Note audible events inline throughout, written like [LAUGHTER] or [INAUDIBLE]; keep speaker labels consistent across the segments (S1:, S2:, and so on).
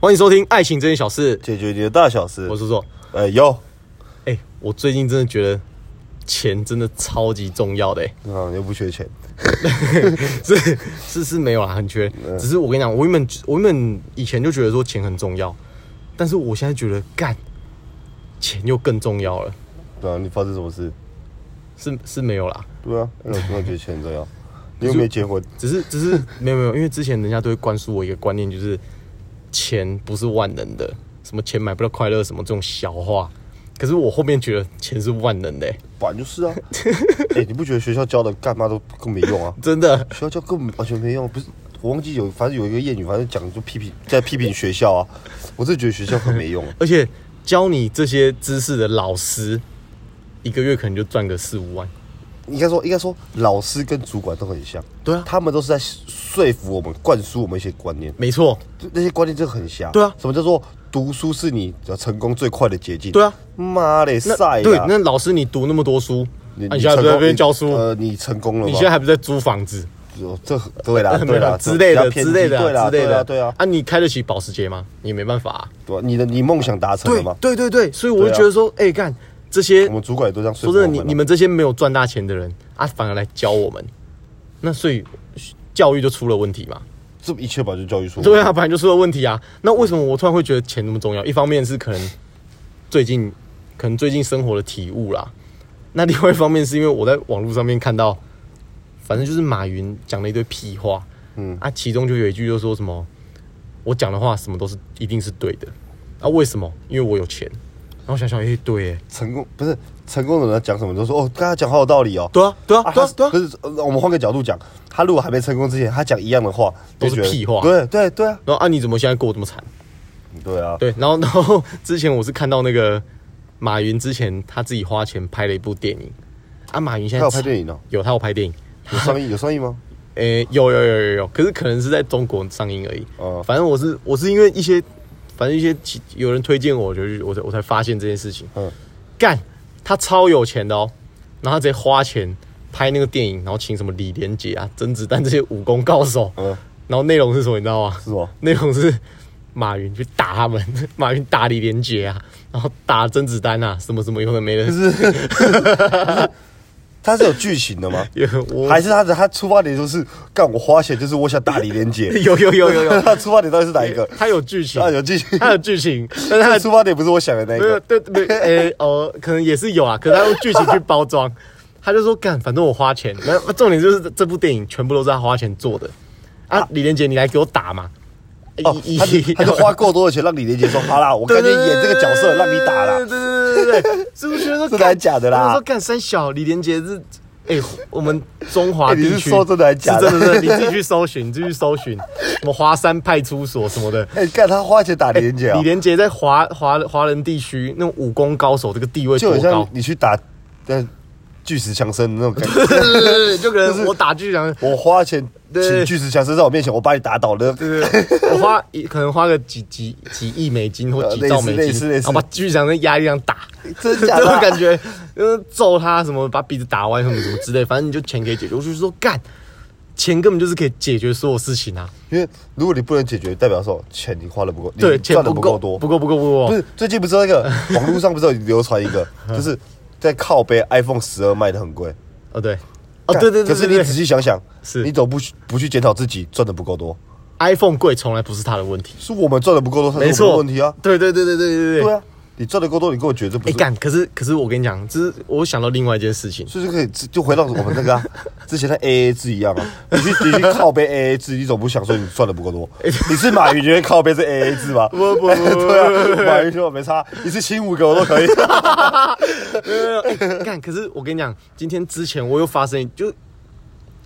S1: 欢迎收听《爱情这件小事》，
S2: 解决你的大小事
S1: 我。是说，
S2: 哎有，
S1: 哎、我最近真的觉得钱真的超级重要的、欸，
S2: 啊，你又不缺钱，
S1: 是是是没有啦，很缺。只是我跟你讲，我原本我原本以前就觉得说钱很重要，但是我现在觉得干钱又更重要了，
S2: 对啊，你发生什么事？
S1: 是是没有啦，
S2: 对啊，那我那我觉得钱
S1: [LAUGHS]
S2: 很重要。你又没结婚，
S1: 只是只是没有没有，因为之前人家都会灌输我一个观念，就是钱不是万能的，什么钱买不到快乐，什么这种小话。可是我后面觉得钱是万能的、欸
S2: 本
S1: [LAUGHS]
S2: 来就是啊。哎，你不觉得学校教的干嘛都更没用啊？
S1: 真的。
S2: 学校教根本完全没用，不是？我忘记有，反正有一个谚语，反正讲就批评在批评学校啊。我真的觉得学校很没用
S1: [LAUGHS]
S2: 啊。
S1: 而且教你这些知识的老师，一个月可能就赚个四五万。
S2: 应该说，应该说，老师跟主管都很像。
S1: 对啊
S2: 他们都是在说服我们，灌输我们一些观念。
S1: 没错，
S2: 就那些观念真的很瞎。
S1: 对啊
S2: 什么叫做读书是你成功最快的捷径？
S1: 对啊，
S2: 妈嘞，
S1: 那
S2: 晒
S1: 对
S2: 啦，
S1: 那老师你读那么多书，
S2: 你
S1: 啊、你现在不在
S2: 成
S1: 那
S2: 功
S1: 边
S2: 你
S1: 教书，
S2: 呃，你成功了吗？
S1: 你现在还不在租房子，啊
S2: 哦这对
S1: [LAUGHS]
S2: 啦，对啦，
S1: 之类
S2: 比
S1: 的
S2: 较偏
S1: 之类的
S2: 对
S1: 之
S2: 啦，
S1: 类
S2: 对
S1: 的，
S2: 啦，对啊，
S1: 啊，你开得起保时捷吗？你没办法、啊。
S2: 对啊，你的你梦想达成了
S1: 对
S2: 吗？
S1: 对对对，所以我就
S2: 对啊
S1: 觉得说，哎、干这些
S2: 我们主管也都这样说
S1: 说
S2: 服
S1: 真
S2: 我
S1: 的，
S2: 们
S1: 你
S2: 啊。
S1: 你们这些没有赚大钱的人啊，反而来教我们，那所以教育就出了问题嘛。
S2: 这一切吧，就教育说
S1: 对啊，本来就出了问题啊。那为什么我突然会觉得钱那么重要？一方面是可能最近可能最近生活的体悟啦，那另外一方面是因为我在网络上面看到，反正就是马云讲了一堆屁话，嗯啊，其中就有一句就说什么我讲的话什么都是一定是对的啊？为什么？因为我有钱。然后想想，哎、对耶，
S2: 成功不是成功的人讲什么都说哦，跟他讲好有道理哦。
S1: 对啊，对啊，对
S2: 他
S1: 啊，对啊
S2: 可，是呃我们换个角度讲，他如果还没成功之前，他讲一样的话，
S1: 都是
S2: 就觉得
S1: 屁话
S2: 对对对啊，
S1: 然后啊，你怎么现在过这么惨？
S2: 对啊，
S1: 对，然后 [LAUGHS] 然后之前我是看到那个马云之前他自己花钱拍了一部电影，啊，马云现
S2: 他
S1: 在
S2: 有拍
S1: 影，
S2: 电影哦，
S1: 有他有拍电影，
S2: 有上映有上映吗？
S1: 诶、有有有有有，可是可能是在中国上映而已。
S2: 哦
S1: 反正我是我是因为一些，反正一些其有人推荐我，我就去我才我才发现这件事情。
S2: 嗯，
S1: 干，他超有钱的哦，然后他直接花钱拍那个电影，然后请什么李连杰啊、甄子丹这些武功高手，
S2: 嗯
S1: 然后内容是什么你知道吗？
S2: 是吗？
S1: 内容是马云去打他们， [LAUGHS] 马云打李连杰啊，然后打甄子丹啊，什么什么有的没的。 [LAUGHS] 就是
S2: 他是有剧情的吗？
S1: 我，
S2: 还是他的他出发点就是干我花钱就是我想打李连杰
S1: [LAUGHS] 有有有有有，
S2: [LAUGHS] 他出发点到底是哪一个？
S1: 他有剧情，
S2: 啊有剧情
S1: 他有剧情， [LAUGHS] 但是他
S2: 他
S1: 的
S2: 的 [LAUGHS] 出发点不是我想的那一
S1: 没有
S2: 个，
S1: 对对诶哦，可能也是有啊，可是他用剧情去包装，他就说干，反正我花钱，那重点就是这部电影全部都是他花钱做的啊，李连杰你来给我打嘛，
S2: 哦，他就他就花够多的钱让李连
S1: [LAUGHS]
S2: 杰说好啦，我跟你演这个角色，让你打
S1: 了，对
S2: 啦。
S1: 对对对对，是不是觉得说
S2: 真的还假的啦
S1: 我说干三小李连杰是，哎，我们中华
S2: 哎你
S1: 地
S2: 是
S1: 区
S2: 说真的还假的
S1: 是真的，真的你自己去搜寻，你自己去搜寻什么华山派出所什么的，
S2: 哎，干他花钱打李连杰啊
S1: 李，连杰在华华华人地区那种武功高手这个地位
S2: 就
S1: 多
S2: 很像
S1: 高？
S2: 你去打呃巨石强森的那种感觉。
S1: 对对对对就可能我打巨人，
S2: 我花钱
S1: 对
S2: 请巨石强森在我面前，我把你打倒了。
S1: 对对对我花可能花个几几几亿美金或
S2: 呃
S1: 几兆美
S2: 类
S1: 金，
S2: 似类似类
S1: 然
S2: 似
S1: 后把巨人的压力量打，
S2: 真 [LAUGHS]
S1: 这
S2: 假的
S1: 种感觉，就是揍他什么，把鼻子打歪什么什么之类，反正你就钱可以解决。我就是说干，钱根本就是可以解决所有事情啊。
S2: 因为如果你不能解决，代表说钱你花的不够，你
S1: 对，钱
S2: 赚的
S1: 不
S2: 不够
S1: 够
S2: 多
S1: 不。够不够不
S2: 不
S1: 够，
S2: 是最近不是
S1: [LAUGHS]
S2: 那个网络上不是有流传一个，就是在靠背 iPhone 十二卖的很贵。
S1: 哦对，哦对对对
S2: 可是
S1: 对
S2: 你
S1: 对
S2: 仔细想想，
S1: 是
S2: 你怎么不去不去检讨自己赚的不够多？
S1: ，iPhone 贵从来不是他的问题，
S2: 是我们赚的不够多才
S1: 没
S2: 是
S1: 错，
S2: 我们的问题啊。
S1: 对对对对对对
S2: 对。啊，你赚的够多，你跟我觉得不
S1: 哎
S2: 是，
S1: 干，可是可是我跟你讲，这是我想到另外一件事情，
S2: 所以就可以就回到我们
S1: [LAUGHS]
S2: 那个啊之前的 AA 制一样啊。你去你去靠背 AA 制，你总不想说你赚的不够多？你是马云，你会靠背是 AA 制吗？
S1: 不不不
S2: [LAUGHS] 对啊，马云说我没差，一次亲五个我都
S1: [LAUGHS]
S2: 可以。
S1: 哎 [LAUGHS] 干，可是我跟你讲，今天之前我又发生，就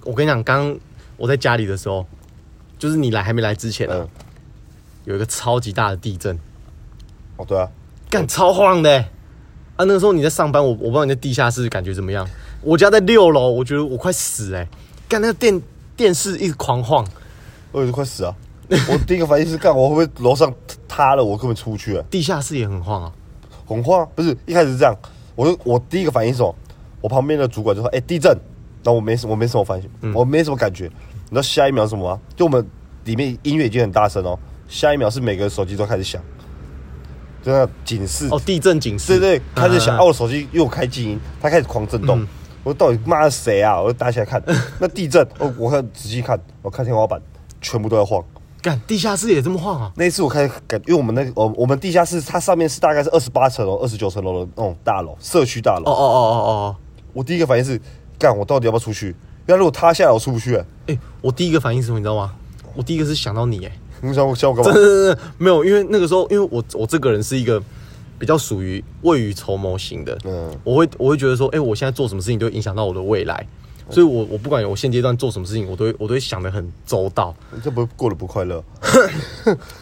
S1: 我跟你讲，刚刚我在家里的时候，就是你来还没来之前啊，
S2: 嗯
S1: 有一个超级大的地震，
S2: 哦，对啊，
S1: 干超晃的、欸、啊！那个时候你在上班，我我不知道你在地下室感觉怎么样。我家在六楼，我觉得我快死哎、干那个电电视一直狂晃，
S2: 我有点快死啊！ [LAUGHS] 我第一个反应是干，我会不会楼上塌了？我根本出不去了。
S1: 地下室也很晃啊。
S2: 很慌啊，不是一开始是这样，我就我第一个反应是什么？我旁边的主管就说：“哎、地震。”然后我没什我没什么反应，我没什么感觉。你知道下一秒是什么吗？就我们里面音乐已经很大声哦，下一秒是每个手机都开始响，就那警示
S1: 哦，地震警示，
S2: 对对，开始响，
S1: 嗯
S2: 哦，我手机又开静音，它开始狂震动。我到底骂谁啊？我就打起来看，那地震，哦，我看仔细看，我看天花板，全部都在晃。
S1: 干地下室也这么晃啊？
S2: 那一次我开始感，因为我们那我我们地下室，它上面是大概是二十八层楼、二十九层楼的那种大楼，社区大楼。
S1: 哦哦哦哦
S2: 我第一个反应是，干，我到底要不要出去？要如果塌下来，我出不去、欸。
S1: 哦，哎，我第一个反应是什么？你知道吗？我第一个是想到你，哎，
S2: 你想我想我干
S1: 真
S2: 嘛？
S1: 的真的没有，因为那个时候，因为我我这个人是一个比较属于未雨绸缪型的，
S2: 嗯
S1: 我会我会觉得说，哎、我现在做什么事情都会影响到我的未来，所以我我不管我现阶段做什么事情，我都会我都会想得很周到，
S2: 这不过得不快乐？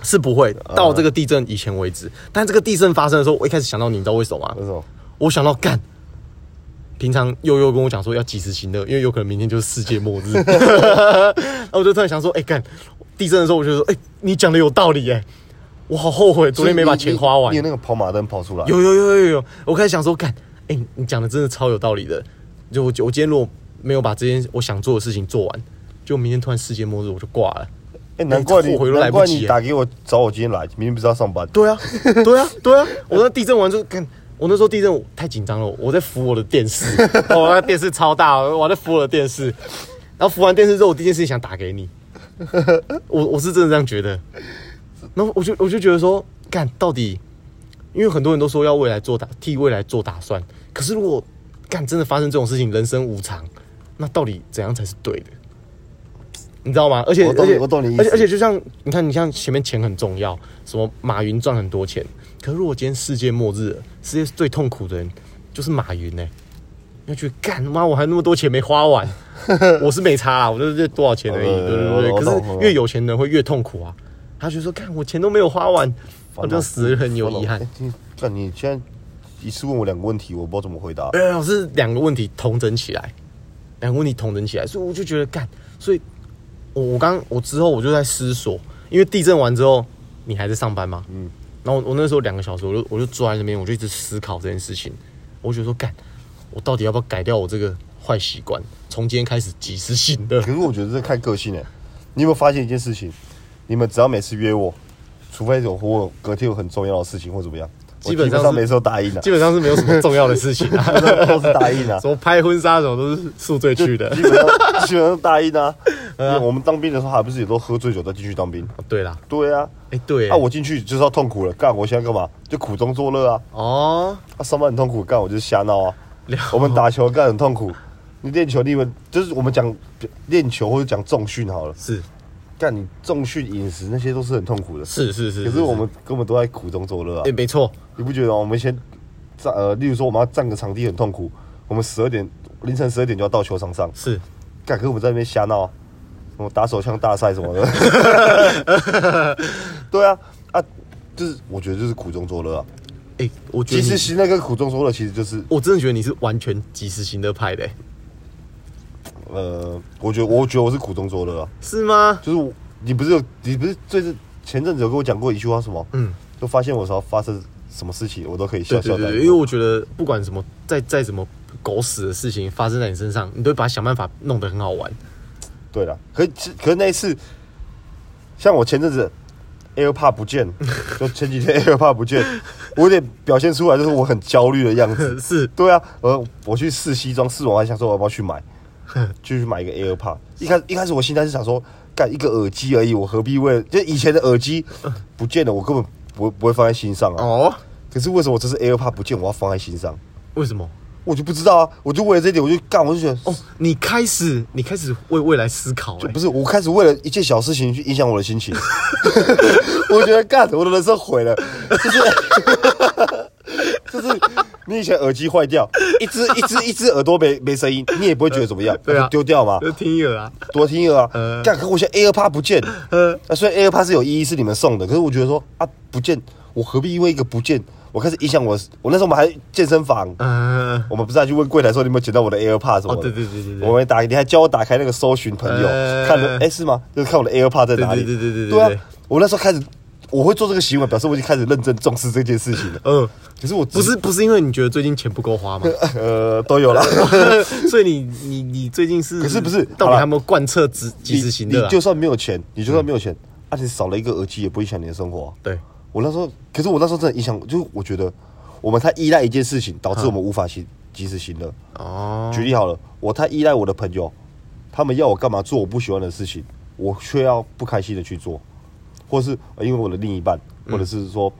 S1: 是不会到这个地震以前为止。但这个地震发生的时候，我一开始想到你，你知道为什么吗
S2: 为？什么？
S1: 我想到干。平常悠悠跟我讲说要及时行乐，因为有可能明天就是世界末
S2: [LAUGHS]
S1: 日。然后我就突然想说，哎、干地震的时候，我就说，哎、你讲的有道理哎、我好后悔昨天没把钱花完
S2: 你。有那个跑马灯跑出来？
S1: 有有有有有，我开始想说，干，哎、你讲的真的超有道理的。就我我今天如果没有把这件我想做的事情做完，就明天突然世界末日我就挂了。
S2: 哎、难怪
S1: 你
S2: 你
S1: 后悔都来
S2: 难
S1: 不
S2: 怪
S1: 及
S2: 你
S1: 欸
S2: 打给我找我今天来，明天不是要上班？
S1: 对啊，对啊，对啊！我那地震完之后，干，我那时候地震我太紧张了，我在扶我的电视，哦，那电视超大，我在扶我的电视。然后扶完电视之后，我第一件事情想打给你，我我是真的这样觉得。然后我就我就觉得说，干到底，因为很多人都说要未来做打替未来做打算，可是如果干真的发生这种事情，人生无常，那到底怎样才是对的？你知道吗？而且
S2: 我懂
S1: 而且
S2: 我懂你意思
S1: 而且而且就像你看，你像前面钱很重要，什么马云赚很多钱，可是如果今天世界末日了，世界最痛苦的人就是马云呢、你要去干妈，我还那么多钱没花完， [LAUGHS] 我是没差啊，我就是这多少钱而已，
S2: 呃
S1: 对对对。
S2: [LAUGHS] 我
S1: 可
S2: 懂我
S1: 是
S2: 懂
S1: 越有钱人会越痛苦啊，他就说干我钱都没有花完，
S2: 烦
S1: 我
S2: 恼
S1: 就死得很有遗憾
S2: 哎。你看你现在一次问我两个问题，我不知道怎么回答。
S1: 哎，老师两个问题同整起来，两个问题同整起来，所以我就觉得干，所以我我刚我之后我就在思索，因为地震完之后你还在上班吗？嗯，然后我我那时候两个小时，我就我就坐在那边，我就一直思考这件事情，我就觉得说干，我到底要不要改掉我这个坏习惯，从今天开始及时行
S2: [LAUGHS]
S1: 乐。
S2: 可是我觉得这看个性哎、你有没有发现一件事情？你们只要每次约我，除非有我隔天有很重要的事情或怎么样，我
S1: 基本上是
S2: 上每次都答应啊了、
S1: 基本上是没有什么重要的事情啊，
S2: [LAUGHS] 都是答应啊
S1: 什么拍婚纱什么都是宿醉去的
S2: [LAUGHS] 基。本上基本上答应
S1: [LAUGHS]
S2: 啊。因为我们当兵的时候还不是也都喝醉酒再进去当兵？
S1: 哦对啦，
S2: 对啊，
S1: 哎、对耶，
S2: 那、我进去就是要痛苦了，干我现在干嘛？就苦中作乐啊！
S1: 哦，
S2: 啊，上班很痛苦，干我就是瞎闹啊
S1: 了。
S2: 我们打球干很痛苦，你练球，你们就是我们讲练球或者讲重训好了，
S1: 是
S2: 干你重训饮食那些都是很痛苦的。
S1: 是是是，
S2: 可是我们根本都在苦中作乐啊
S1: 哎、！没错，
S2: 你不觉得吗？我们先站呃，例如说我们要站个场地很痛苦，我们十二点凌晨十二点就要到球场上，
S1: 是
S2: 干可是我们在那边瞎闹啊，什么打手枪大赛什么的。
S1: [LAUGHS]
S2: 对啊啊，就是我觉得就是苦中作乐啊。
S1: 哎、我觉
S2: 其
S1: 得
S2: 实
S1: 你
S2: 其实那个苦中作乐其实就是
S1: 我真的觉得你是完全及时行乐派的、哎
S2: 呃，我觉得我觉得我是苦中作乐啊，
S1: 是吗？
S2: 就是我你不是有你不是最近前阵子有跟我讲过一句话什么？
S1: 嗯，
S2: 就发现我只要发生什么事情，我都可以
S1: 对
S2: 笑
S1: 对
S2: 笑
S1: 对，
S2: 的。
S1: 对因为我觉得不管什么再再怎么狗屎的事情发生在你身上，你都会把它想办法弄得很好玩。
S2: 对了，可是可是那一次，像我前阵子 AirPod 不
S1: [LAUGHS]
S2: 见，就前几天 AirPod 不见，我有点表现出来就是我很焦虑的样子。
S1: [LAUGHS] 是
S2: 对啊，我我去试西装，试完我还想说我要不要
S1: [LAUGHS]
S2: 去买，就去买一个 AirPod。一开一开始我心态是想说，干一个耳机而已，我何必为了就以前的
S1: [LAUGHS]
S2: 耳机不见了，我根本不会不会放在心上啊。
S1: 哦，
S2: 可是为什么这次 AirPod 不见，我要放在心上？
S1: 为什么？
S2: 我就不知道啊，我就为了这一点，我就干，我就觉得
S1: 哦，你开始你开始为未来思考、
S2: 就
S1: 哎
S2: 不是我开始为了一件小事情去影响我的心情， [LAUGHS] 我觉得干我的人生毁了， [LAUGHS] 就是就是你以前耳机坏掉，一只一只一只耳朵没没声音，你也不会觉得怎么样，
S1: [LAUGHS] 对啊
S2: 那就丢掉嘛，
S1: 就听友啊，
S2: 多听一耳啊
S1: 嗯。
S2: 干，可我现在 AirPod 不
S1: [LAUGHS]
S2: 见，
S1: 嗯
S2: 那虽然 AirPod 是有意义是你们送的，可是我觉得说啊不见，我何必因为一个不见，我开始影响我的，我那时候我们还健身房，
S1: 嗯、
S2: 我们不是还去问柜台说你有没有捡到我的 AirPod 什么的？
S1: 哦对对对对对
S2: 我们打，你还教我打开那个搜寻朋友，
S1: 呃
S2: 看了，哎、是吗？就是看我的 AirPod 在哪里？
S1: 对对对对对
S2: 对啊
S1: 对！
S2: 我那时候开始，我会做这个行为，表示我已经开始认真重视这件事情了。
S1: 嗯、
S2: 可是我只
S1: 不是不是因为你觉得最近钱不够花吗？
S2: [LAUGHS] 呃
S1: [LAUGHS]
S2: 都有了，
S1: 所以你你你最近是
S2: 可是不是
S1: 到底
S2: 好啦
S1: 还有没有贯彻及及
S2: 你
S1: 时行
S2: 你
S1: 乐、啊？
S2: 就算没有钱，你就算没有钱，啊，你少了一个耳机也不会影响你的生活啊、
S1: 嗯对，
S2: 我那时候，可是我那时候真的影响，就是我觉得我们太依赖一件事情，导致我们无法行及时行乐。
S1: 哦，
S2: 举例好了，我太依赖我的朋友，他们要我干嘛做我不喜欢的事情，我却要不开心的去做，或是呃因为我的另一半，或者是说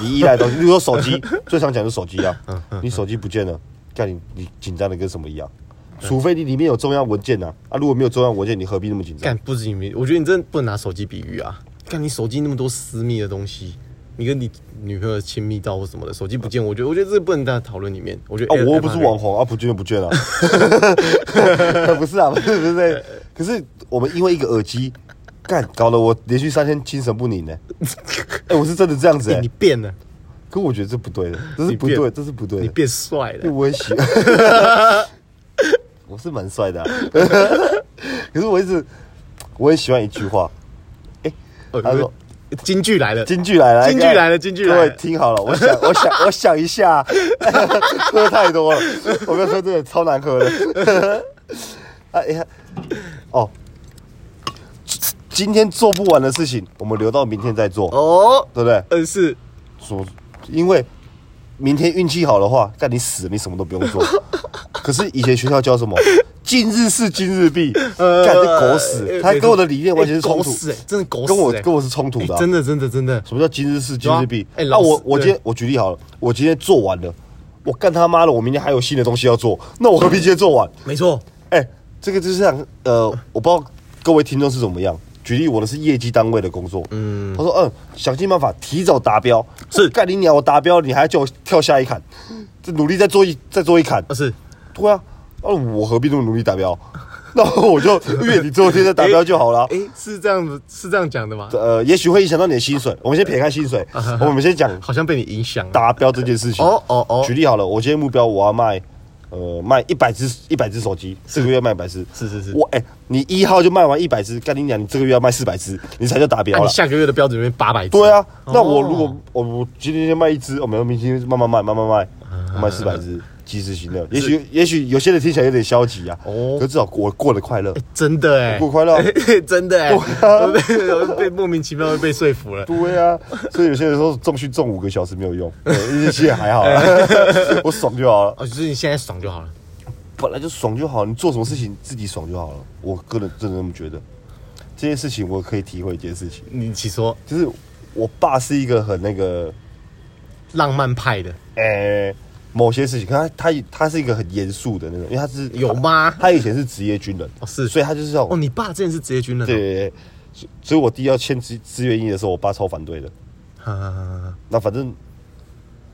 S2: 你依赖的东西， [LAUGHS] 比如说手机，最常讲就是手机啊，你手机不见了，叫你你紧张的跟什么一样，除非你里面有重要文件呐、啊，啊如果没有重要文件，你何必那么紧张
S1: 干？不止你没，我觉得你真的不能拿手机比喻啊！干你手机那么多私密的东西，你跟你女朋友亲密到或什么的，手机不见，我觉得我觉得这不能在讨论里面。我觉得
S2: 啊，
S1: Air-
S2: 我又不是
S1: Air-
S2: 网红啊，不见就不见了、 [LAUGHS] 不是啊，不是不是不是。可是我们因为一个耳机，干搞得我连续三天精神不宁呢、 [LAUGHS] 哎、我是真的这样子、
S1: 欸
S2: 欸，
S1: 你变了，
S2: 可我觉得这不对的，这是
S1: 你
S2: 不
S1: 变
S2: 对，这是不对
S1: 你
S2: 的。
S1: 变帅
S2: 因为
S1: 了，
S2: 我也喜， [LAUGHS] 我是蛮帅的啊、可是我一直我很喜欢一句话，
S1: 哦
S2: 他说
S1: 京剧来了，
S2: 京剧来了，
S1: 京剧来了京剧来了
S2: 各位听好了，我想，我想，我想一下， [LAUGHS] 喝太多了，我跟你说真的超难喝的。 [LAUGHS] 哎呀，哦，今天做不完的事情，我们留到明天再做，
S1: 哦，
S2: 对不对？
S1: 嗯是，
S2: 说，因为明天运气好的话，干你死了你什么都不
S1: [LAUGHS]
S2: 用做。可是以前学校教什么？今日事今日毕，
S1: 呃
S2: 干这狗屎！
S1: 呃
S2: 他跟我的理念完全是
S1: 欸狗
S2: 冲突，
S1: 屎，欸真的狗屎欸，
S2: 跟我跟我是冲突的啊、
S1: 欸真的真的真的，
S2: 什么叫今日事今日毕
S1: 对啊？哎
S2: 那
S1: 老师
S2: 我我
S1: 对
S2: 今天我举例好了，我今天做完了，我干他妈的，我明天还有新的东西要做，那我何必今天做完？
S1: 没错，
S2: 哎、这个就是像呃，我不知道各位听众是怎么样。举例，我的是业绩单位的工作，嗯，他说，嗯，想尽办法提早达标，
S1: 是
S2: 干你鸟，我达标，你还叫我跳下一坎，这努力再做一再做一坎
S1: 啊，是，
S2: 对啊，那我何必那么努力达标？ [LAUGHS] 那我就月底最后一天再达标就好了
S1: [LAUGHS]
S2: 啊。
S1: 哎是这样子是这样讲的吗？
S2: 呃，也许会影响到你的薪水，我们先撇开
S1: [LAUGHS]
S2: 薪水，我们先讲
S1: 好像被你影响了，
S2: 达标这件事情。
S1: 哦哦哦
S2: 举例好了，我今天目标我要卖，呃，卖一百只一百只手机，这个月卖一百只。
S1: 是是是
S2: 我哎、你一号就卖完一百只，干你娘！你这个月要卖四百只，你才叫达标
S1: 那
S2: 了。
S1: 啊你哦下个月的标准变八百，
S2: 对啊，那我如果我我今天先卖一只，我们明天慢慢卖，慢慢卖，
S1: 啊
S2: 我卖四百只，及时行乐。也许也许有些人听起来有点消极啊，
S1: 哦
S2: 可至少我过得快乐。
S1: 真的哎、
S2: 过快乐
S1: [LAUGHS] 真的哎、
S2: 对啊
S1: 我被我 [LAUGHS] 被莫名其妙地被说服了。
S2: 对啊，所以有些人说重训重五个小时没
S1: [LAUGHS]
S2: 有用，对，其实也还好啦，啊我爽就好了。
S1: 哦，就是你现在爽就好了。
S2: 本来就爽就好，你做什么事情自己爽就好了。我个人真的这么觉得。这件事情我可以体会一件事情，
S1: 你起说
S2: 就是我爸是一个很那个，
S1: 浪漫派的
S2: 呃、某些事情，可他他他是一个很严肃的那种，因为他是
S1: 有吗
S2: 他？他以前是职业军人，
S1: 哦是
S2: 啊所以他就是要
S1: 哦，你爸之前是职业军人、哦。
S2: 对对对，所以所以我弟要签志志愿役的时候，我爸超反对的。
S1: 啊，
S2: 那反正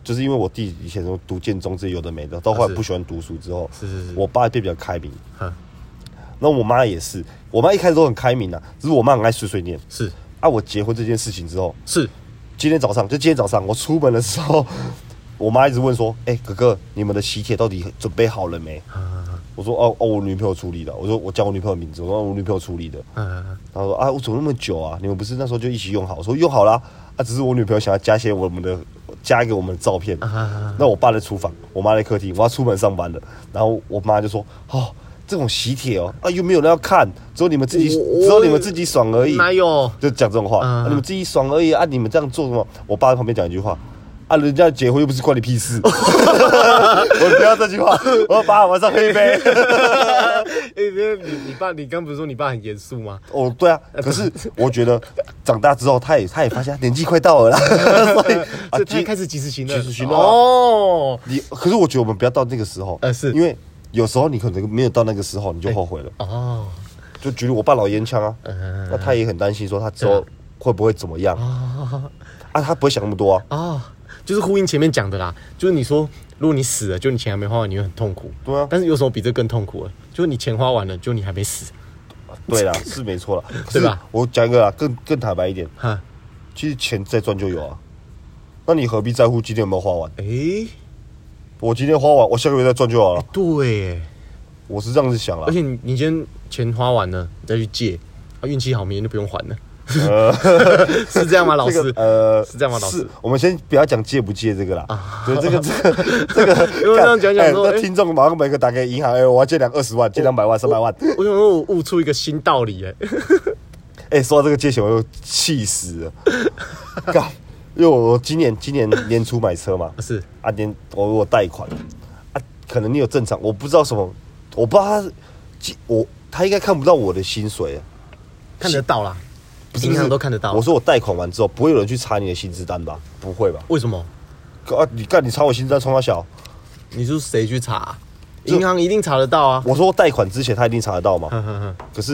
S2: 就是因为我弟以前都读建中，这些有的没的，到后
S1: 啊是
S2: 来不喜欢读书之后，
S1: 是是是
S2: 我爸变比较开明，
S1: 哈，
S2: 那我妈也是，我妈一开始都很开明啊，只是我妈很爱碎碎念。
S1: 是
S2: 啊，我结婚这件事情之后，
S1: 是，
S2: 今天早上就今天早上我出门的时候， [LAUGHS] 我妈一直问说：“哎、哥哥，你们的喜帖到底准备好了没？”我说：“哦哦，我女朋友处理的。”我说：“我叫我女朋友名字。”我说哦：“我女朋友处理的。”
S1: 啊，
S2: 她说：“啊，我走那么久啊？你们不是那时候就一起用好？”我说：“用好啦。啊，只是我女朋友想要加些我们的，加一个我们的照片。
S1: 啊
S2: 那我爸在厨房，我妈在客厅，我要出门上班了。然后我妈就说：“哦，这种喜帖哦，啊又没有人要看，只有你们自己，
S1: 我
S2: 只有你们自己爽而已。”
S1: 哪有？ [LAUGHS]
S2: 就讲这种话、
S1: 嗯
S2: 啊你们自己爽而已啊！你们这样做什么？我爸在旁边讲一句话。啊，人家结婚又不是关你
S1: [LAUGHS]
S2: 屁事！ [LAUGHS] 我不要这句话，我说爸，晚上喝一杯。
S1: 哎、你你爸，你刚不是说你爸很严肃吗？
S2: 哦，对啊，
S1: 呃
S2: 可是我觉得长大之后，他也他也发现他年纪快到了啦，
S1: [LAUGHS]
S2: 所以啊
S1: 这，他
S2: 今
S1: 开始及时行乐，
S2: 及时行乐啊
S1: 哦，
S2: 你可是我觉得我们不要到那个时候，
S1: 呃是哎
S2: 因为有时候你可能没有到那个时候，你就后悔了。
S1: 哦，
S2: 就举例我爸老烟枪啊，
S1: 呃
S2: 那他也很担心说他之后会不会怎么样啊？他不会想那
S1: [LAUGHS]
S2: 么多啊，
S1: 哦，就是呼应前面讲的啦，就是你说，如果你死了，就你钱还没花完，你会很痛苦。
S2: 对啊
S1: 但是有什么比这更痛苦了？就是你钱花完了，就你还没死，
S2: 对啦，是没错啦，
S1: 对吧？
S2: 我讲一个啦，更更坦白一点，
S1: 哈，
S2: 其实钱再赚就有啊，那你何必在乎今天有没有花完？
S1: 诶，
S2: 我今天花完，我下个月再赚就好了。
S1: 对耶，
S2: 我是这样子想啦
S1: 而。且你你今天钱花完了，你再去借，啊，运气好，明天就不用还了， [LAUGHS] 是这样吗？老
S2: 呃这
S1: 师
S2: 个，呃，
S1: 是这样吗？老师啊
S2: 是，我们先不要讲借不借这个啦，对这个这
S1: [LAUGHS]
S2: 个这个，
S1: 因为这样讲讲
S2: 哎
S1: 说哎
S2: 那听众马上每个打给
S1: 哦
S2: 银行，哎，我要借两二十万，借两百万、三百万，
S1: 我想说，我悟出一个新道理，哎，
S2: 哎、说到这个借钱，我又气死了。干，因为我今年今年年初买车嘛，
S1: 是
S2: 啊年我我贷款啊，可能你有正常，我不知道什么，我不知道他记我他应该看不到我的薪水啊，
S1: 看得到啦，
S2: 不是
S1: 银
S2: 不
S1: 行
S2: 是
S1: 都看得到。
S2: 我说我贷款完之后，不会有人去查你的薪资单吧？不会吧？
S1: 为什么？
S2: 啊，你干你查我薪资单，冲他小。
S1: 你是谁去查啊？
S2: 就
S1: 银行一定查得到啊。
S2: 我说贷款之前他一定查得到嘛，
S1: 哼哼哼，
S2: 可是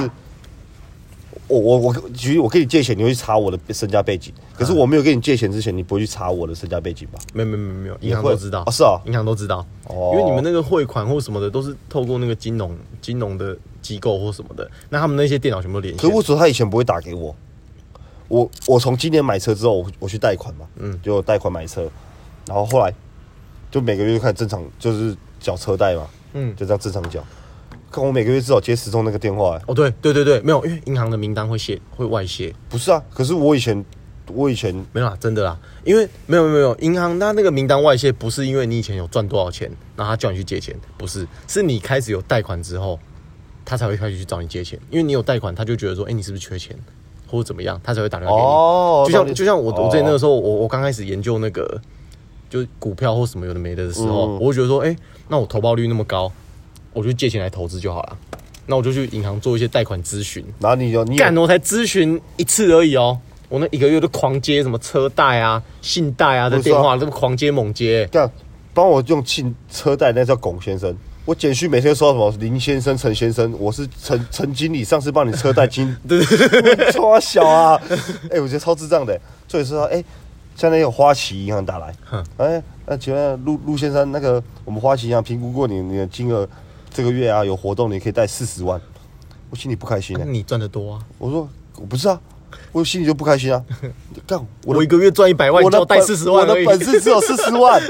S2: 我我我举例，我跟你借钱，你会去查我的身家背景，可是我没有跟你借钱之前，你不会去查我的身家背景吧？
S1: 没有没有没有没有，银
S2: 也
S1: 行
S2: 会
S1: 都知道
S2: 哦是哦
S1: 银行都知道。
S2: 哦
S1: 因为你们那个汇款或什么的，都是透过那个金融金融的机构或什么的，那他们那些电脑全部都连
S2: 可
S1: 线
S2: 是。为什么他以前不会打给我？我我从今年买车之后，我我去贷款嘛，嗯，就贷款买车，然后后来就每个月就开始正常，就是缴车贷嘛，
S1: 嗯
S2: 嗯，就这样正常缴。看我每个月至少接十通那个电话、欸，
S1: 哦，对对对对，没有，因为银行的名单会卸会外泄，
S2: 不是啊？可是我以前我以前
S1: 没有啦，真的啦，因为没有没有没有，银行它那个名单外泄不是因为你以前有赚多少钱，然后他叫你去借钱，不是，是你开始有贷款之后，他才会开始去找你借钱，因为你有贷款，他就觉得说，哎、你是不是缺钱，或者怎么样，他才会打电话给你。
S2: 哦
S1: 就
S2: 道理
S1: 像就像我我之前那个
S2: 哦
S1: 时候，我我刚开始研究那个就是股票或什么有的没的的时候，我会觉得说，哎、那我投报率那么高，我就借钱来投资就好了。那我就去银行做一些贷款咨询，
S2: 然后你有你有
S1: 干我才咨询一次而已哦，我那一个月都狂接什么车贷啊、信贷啊的
S2: 不是啊
S1: 电话，这么狂接猛接、
S2: 干，帮我用信车贷，那叫龚先生。我简讯每天收到什么林先生、陈先生，我是陈陈经理，上次帮你车贷经，对对对，超小啊！ [LAUGHS] 哎、我觉得超智障的、所以说，哎、现在有花旗银行打来
S1: 哼，
S2: 哎、那请问陆陆先生，那个我们花旗银行评估过你你的金额，这个月啊有活动，你可以贷四十万。我心里不开心
S1: [LAUGHS] 那
S2: 哎、
S1: 你赚的多啊，
S2: 我说我不是啊，我心里就不开心啊。干，
S1: 我
S2: 我的
S1: 一个月赚一百万，
S2: 我
S1: 你叫
S2: 的
S1: 我贷四十万
S2: 我
S1: 而
S2: 的
S1: 已。
S2: 本事只有四十
S1: [LAUGHS]
S2: 万，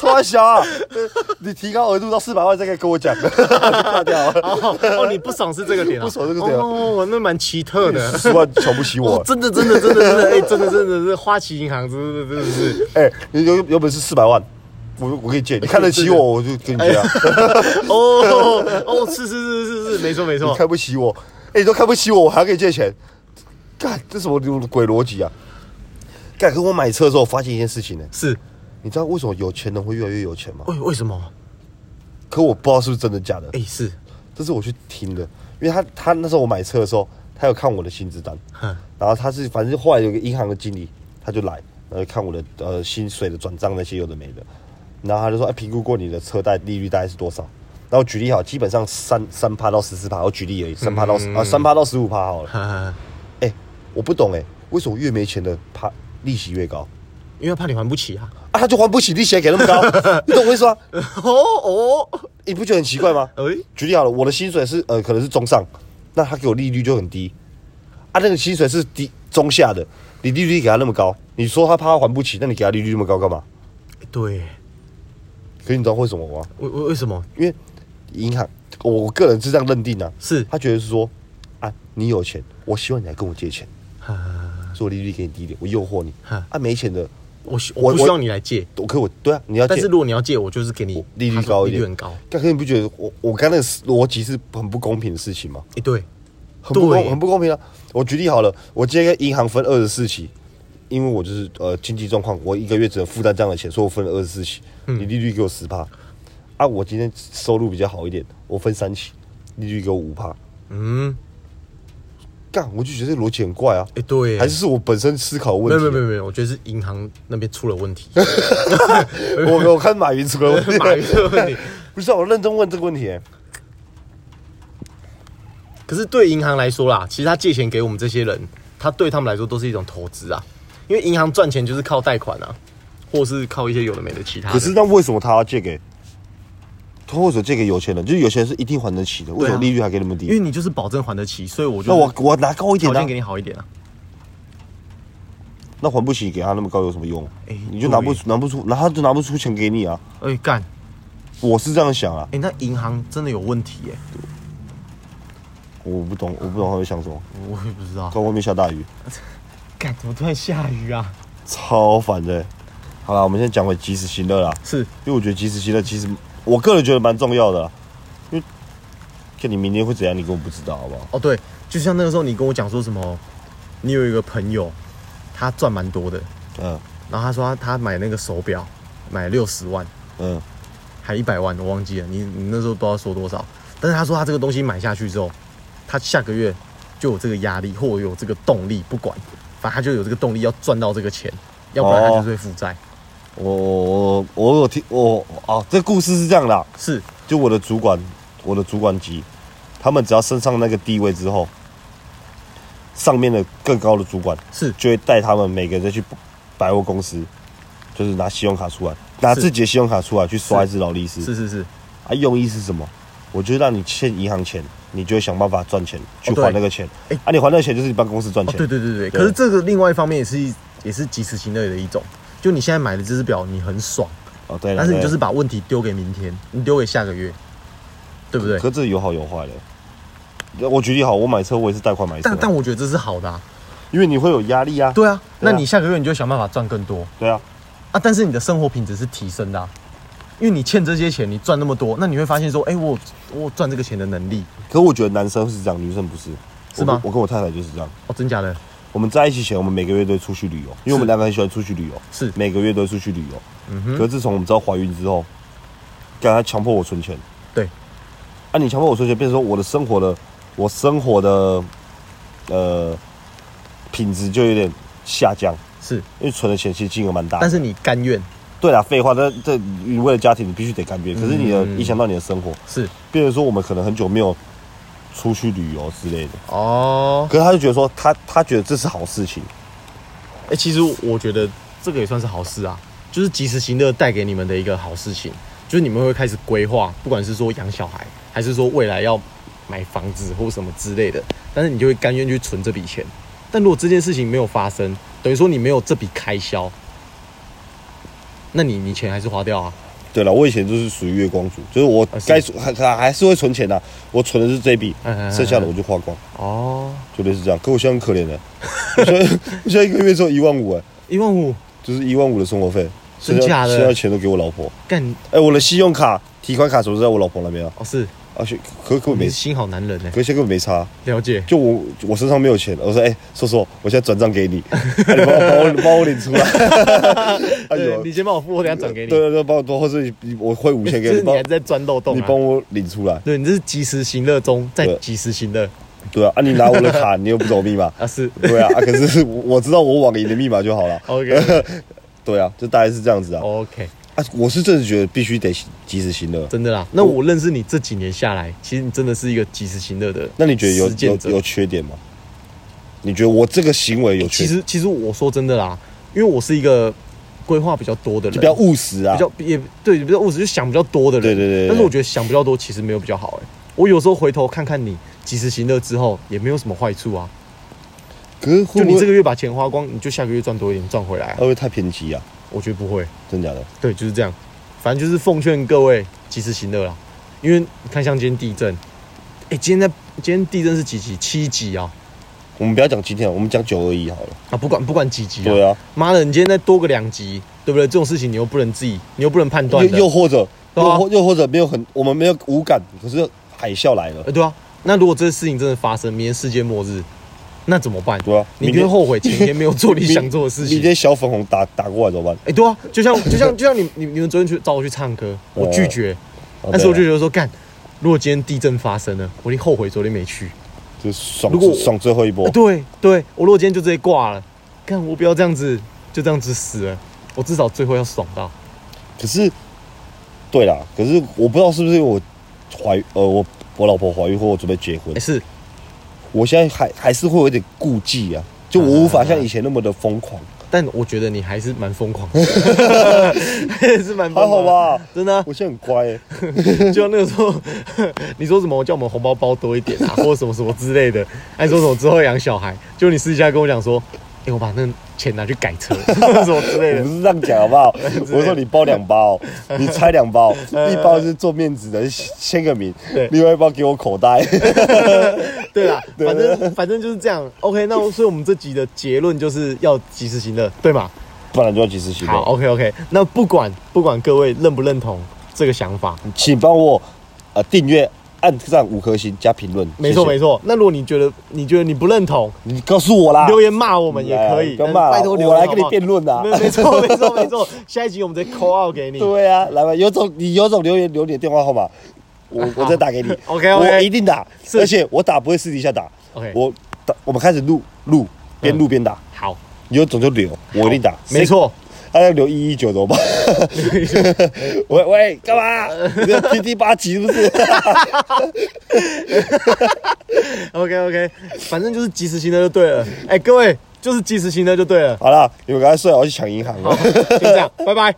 S2: 超小啊！呃你提高额度到四百万再跟我讲，大掉了，
S1: 哦 [LAUGHS] 哦，你不爽是这个点啊？
S2: 不爽这个点啊
S1: 哦，我那蛮奇特的。
S2: 四十万瞧不起
S1: 哦
S2: 我，。
S1: 真的，真的，真的，真的，哎、真的，真的是花旗银行，真的，真的是，
S2: 哎，你有有本事四百万，我我给你借，你看得起我，我就跟你
S1: 哎
S2: 借啊。
S1: 哦，哦，是是是是是，没错没
S2: 你
S1: 错，
S2: 看不起我，哎，你都看不起我，我还要给你借钱，干这什么鬼逻辑啊？干，可我买车的时候我发现一件事情呢，
S1: 是，
S2: 你知道为什么有钱人会越来越有钱吗？
S1: 为为什么？
S2: 可我不知道是不是真的假的，
S1: 哎、是，
S2: 这是我去听的，因为他他那时候我买车的时候，他有看我的薪资单，
S1: 哼，
S2: 然后他是反正后来有个银行的经理，他就来，然后看我的呃薪水的转账那些有的没的，然后他就说，哎、评估过你的车贷利率大概是多少？然后举例好，基本上三三趴到十四趴，我举例而已，三趴到10啊三趴到十五趴好了。
S1: 哈哈，
S2: 哎、我不懂哎、为什么越没钱的趴利息越高？
S1: 因为怕你还不起
S2: [LAUGHS]
S1: 啊，
S2: 啊，他就还不起利息还给那么高，你懂我意思吗？
S1: 哦哦，
S2: 你不觉得很奇怪吗？
S1: 哎、
S2: 举例好了，我的薪水是呃可能是中上，那他给我利率就很低，啊那个薪水是低中下的，你利率给他那么高，你说他怕他还不起，那你给他利率那么高干嘛？
S1: 对，
S2: 可是你知道为什么吗？
S1: 为为为什么？
S2: 因为银行，我我个人是这样认定的、啊，
S1: 是
S2: 他觉得是说啊你有钱，我希望你来跟我借钱，
S1: 哈哈，
S2: 所以我利率给你低一点，我诱惑你，
S1: 哈
S2: 啊没钱的，
S1: 我希
S2: 我
S1: 我不需
S2: 我
S1: 要你来借，
S2: 我可以我对啊你要借，
S1: 但是如果你要借，我就是给你
S2: 利率
S1: 他说
S2: 高一
S1: 利
S2: 点，
S1: 率很高，哎、
S2: 但可是你不觉得我我刚才那个逻辑是很不公平的事情吗？
S1: 对，
S2: 很不
S1: 对
S2: 公很不公平啊！我举例好了，我今天跟银行分二十四期，因为我就是呃经济状况，我一个月只能负担这样的钱，所以我分了二十四期。
S1: 嗯
S2: 你利率给我十趴，啊，我今天收入比较好一点，我分三期，利率给我五趴，
S1: 嗯，
S2: 干我就觉得这逻辑很怪啊！
S1: 哎、对，
S2: 还是是我本身思考的
S1: 没
S2: 问
S1: 有没有
S2: 题啊、
S1: 没有没有，我觉得是银行那边出了问
S2: [LAUGHS]
S1: 题，
S2: 我我看马云出了问题，
S1: [LAUGHS] 马云的问题。
S2: 不是、啊、我认真问这个问题、欸，
S1: 可是对银行来说啦，其实他借钱给我们这些人，他对他们来说都是一种投资啊，因为银行赚钱就是靠贷款啊，或是靠一些有的没的其他的。
S2: 可是那为什么他要借给？他或者借给有钱人，就是有钱人是一定还得起的，为什么利率还给那么低？
S1: 啊因为你就是保证还得起，所以我就
S2: 那我我拿高一点
S1: 嗯条
S2: 的、
S1: 件给你好一点啊。
S2: 那还不起给他那么高有什么用？
S1: 哎
S2: 你就拿不
S1: 对
S2: 拿不出，拿他就拿不出钱给你啊！
S1: 哎、干，
S2: 我是这样想啊
S1: 哎、，那银行真的有问题耶、
S2: 我不懂，我不懂他在想什么。
S1: 我也不知道。
S2: 看外面下大雨，
S1: 干，怎么突然下雨啊？
S2: 超烦的欸、好了，我们先讲回及时行乐啦，
S1: 是，
S2: 因为我觉得及时行乐其实我个人觉得蛮重要的啦，因为看你明天会怎样，你根本不知道，好不好？
S1: 哦对，就像那个时候你跟我讲说什么，你有一个朋友，他赚蛮多的，
S2: 嗯
S1: 然后他说他他买那个手表，买六十万
S2: 嗯
S1: 还一百万，我忘记了，你你那时候不知道说多少，但是他说他这个东西买下去之后，他下个月就有这个压力或有这个动力，不管，反正他就有这个动力要赚到这个钱，要不然他就是会负债。
S2: 哦我我我我有听我哦，这故事是这样的啊、
S1: 是，
S2: 就我的主管，我的主管级，他们只要升上那个地位之后，上面的更高的主管
S1: 是
S2: 就会带他们每个人再去百货公司，就是拿信用卡出来，拿
S1: 是
S2: 自己的信用卡出来去刷一次劳力士。
S1: 是是是，哦
S2: 啊，用意是什么？我就让你欠银行钱，你就会想办法赚钱去
S1: 对
S2: 还那个钱。
S1: 哎
S2: 啊，你还那个钱就是你办公室赚
S1: 哦，
S2: 钱。
S1: 对对对对，
S2: 对
S1: 可是这个另外一方面也是也是及时行乐的一种，就你现在买的这只表，你很爽，
S2: 哦对啦
S1: 但是你
S2: 对
S1: 就是把问题丢给明天，你丢给下个月，对不对？
S2: 可这有好有坏的。我举例好，我买车我也是贷款买车啊，
S1: 但但我觉得这是好的、啊，
S2: 因为你会有压力啊。
S1: 对啊，
S2: 对
S1: 那
S2: 啊
S1: 你下个月你就想办法赚更多
S2: 对啊，
S1: 啊，但是你的生活品质是提升的、啊，因为你欠这些钱，你赚那么多，那你会发现说，哎、我有我有赚这个钱的能力，
S2: 可我觉得男生是这样，女生不是，
S1: 是吗
S2: 我跟我跟我太太就是这样。
S1: 哦，真假的，
S2: 我们在一起前，我们每个月都会出去旅游，因为我们两个很喜欢出去旅游，
S1: 是
S2: 每个月都会出去旅游。
S1: 嗯哼，
S2: 可是自从我们知道怀孕之后，干他强迫我存钱。
S1: 对，
S2: 啊，你强迫我存钱，变成说我的生活的，我生活的，呃，品质就有点下降，
S1: 是，
S2: 因为存的钱其实金额蛮大的。
S1: 但是你甘愿
S2: 对啦，废话，那这你为了家庭，你必须得改变，可是你的
S1: 嗯
S2: 影响到你的生活，
S1: 是
S2: 变成说我们可能很久没有出去旅游之类的。
S1: 哦，
S2: 可是他就觉得说他他觉得这是好事情，
S1: 哎、其实我觉得这个也算是好事啊，就是及时行乐带给你们的一个好事情，就是你们会开始规划，不管是说养小孩，还是说未来要买房子或什么之类的，但是你就会甘愿去存这笔钱。但如果这件事情没有发生，等于说你没有这笔开销，那你你钱还是花掉啊。
S2: 对了，我以前就是属于月光族，就是我
S1: 啊是
S2: 该存还还还是会存钱的、我存的是这笔
S1: 嗯嗯嗯，
S2: 剩下的我就花光，
S1: 哦，
S2: 就类似这样。可我现在很可怜的、我现在 [LAUGHS] 我现在一个月只有一万五哎，
S1: 一万五，
S2: 就是一万五的生活费，
S1: 真
S2: 剩
S1: 假
S2: 下
S1: 的
S2: 剩下钱都给我老婆。
S1: 干
S2: 哎、我的信用卡、提款卡什么都在我老婆那边啊，
S1: 哦是，
S2: 而且可可我
S1: 你
S2: 没
S1: 是，心好男人呢、
S2: 可现在根本没差。啊
S1: 了解。
S2: 就我我身上没有钱，我说哎，叔、叔，我现在转账给你，啊你帮我帮我帮我领出
S1: [LAUGHS]
S2: 来。哎
S1: 对，
S2: 呦
S1: 你，先帮我付，我等一下转给
S2: 对
S1: 你。
S2: 对对，帮我多，或是你我汇五千给
S1: 就
S2: 你，
S1: 是你
S2: 帮
S1: 还在钻漏洞、啊。
S2: 你帮我领出来。
S1: 对，你这是及时行乐中，在
S2: 对
S1: 及时行乐
S2: 对啊，啊你拿我
S1: [LAUGHS]
S2: 的卡，你又不懂密码。
S1: 啊，
S2: [LAUGHS]
S1: 是
S2: 对啊，啊可是我我知道我网银的密码就好了。 [LAUGHS]
S1: OK
S2: 对啊，就大概是这样子啊。
S1: OK，
S2: 啊，我是真的觉得必须得及时行乐。
S1: 真的啦。那我认识你这几年下来，其实你真的是一个及时行乐的
S2: 那你觉得有
S1: 实践者
S2: 有有缺点吗？你觉得我这个行为有缺
S1: 其
S2: 点？
S1: 实其实我说真的啦，因为我是一个规划比较多的人，
S2: 就比较务实啊
S1: 比。较也对，比较我只是想比较多的人。
S2: 对对对对对
S1: 但是我觉得想比较多其实没有比较好哎、我有时候回头看看你及时行乐之后也没有什么坏处啊，
S2: 可是会
S1: 就
S2: 不
S1: 你这
S2: 会
S1: 个月把钱花光，你就下个月赚多一点赚回来、啊
S2: 会。不会太偏激啊？
S1: 我觉得不会。
S2: 真假的？
S1: 对，就是这样。反正就是奉劝各位及时行乐啦，因为你看像今天地震，哎、今天在今天地震是几级？七级啊！
S2: 我们不要讲今天，我们讲九二一好了。
S1: 啊，不管不管几级
S2: 对啊，
S1: 妈的，你今天再多个两级，对不对？这种事情你又不能自己，你又不能判
S2: 又
S1: 断的，
S2: 又或者
S1: 对啊
S2: 又或又或者没有很，我们没有无感，可是海啸来了
S1: 呃，，对啊。那如果这事情真的发生，明天世界末日，那怎么办？
S2: 对啊
S1: 你
S2: 明
S1: 就会
S2: 天
S1: 后悔前天没有做你想做的事
S2: 明
S1: 情。
S2: 天小粉红打打过来怎么办？
S1: 哎、对啊，就像就像就像你你你们昨天去找我去唱歌，我拒绝，
S2: 啊
S1: 但是我就
S2: 对啊
S1: 觉得说，干，如果今天地震发生了，我一定后悔昨天没去。
S2: 就爽
S1: 如果
S2: 爽最后一波
S1: 啊、，对对，我如果今天就直接挂了，看我不要这样子，就这样子死了，我至少最后要爽到。
S2: 可是，对啦，可是我不知道是不是因为我怀呃我我老婆怀孕或我准备结婚
S1: 哎、，是
S2: 我现在还还是会有点顾忌啊，就我无法像以前那么的疯狂，
S1: 但我觉得你还是蛮疯狂
S2: [LAUGHS]
S1: 的，还是蛮疯狂的
S2: 还好？吧？
S1: 真的啊、
S2: 我现在很乖、欸，
S1: 就那个时候， [LAUGHS] 你说什么叫我们红包包多一点
S2: [LAUGHS]
S1: 啊，或者什么什么之类的，还说什么之后养小孩，就你私底下跟我讲说，哎、我把那个钱拿去改车， [LAUGHS] 什么之类
S2: 我
S1: 的
S2: 不，是这样讲好
S1: [LAUGHS]
S2: 不好？我说你包两包，你拆两包，一包是做面子的，签个名
S1: 呃对，
S2: 另外一包给我口
S1: [LAUGHS]
S2: 袋。
S1: 对啦，反正反正就是这样。OK，那我所以我们这集的结论就是要及时行乐，对吗？
S2: 不然就要及时行
S1: 好
S2: 乐。
S1: ，OK OK，那
S2: 嗯
S1: 不管不管各位认不认同这个想法，
S2: 请帮我呃订阅、按上五颗星加评论，
S1: 没错
S2: 谢谢
S1: 没错。那如果你觉得你觉得你不认同，
S2: 你告诉我啦，
S1: 留言骂我们也可
S2: 啊哎
S1: 以，
S2: 不要
S1: 但
S2: 骂啊
S1: 拜托留
S2: 我
S1: 言
S2: 来
S1: 好不
S2: 跟你
S1: 好
S2: 辩论啊
S1: 没没错 [LAUGHS] 没错没错，下一集我们直接 call out 给你。
S2: 对啊，来吧，有种你有种留言留你的电话号码，我我再打给你
S1: OK，OK
S2: 我一定打，
S1: 是
S2: 而且我打不会私底下打
S1: OK
S2: 我打我们开始录录，边录边打，
S1: 好，
S2: 你有种就留，我一定打，
S1: 没错，
S2: 谁，他要留一一九怎
S1: [LAUGHS]
S2: 么办？喂喂，干嘛？你这 PT 八级是不 [LAUGHS] 是？
S1: OK OK，反正就是及时行乐就对了。哎、各位就是及时行乐就对了。
S2: 好了，你们赶快睡，我要去抢银行了
S1: 好，。就这样，拜拜。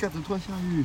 S2: 干怎么突然下雨？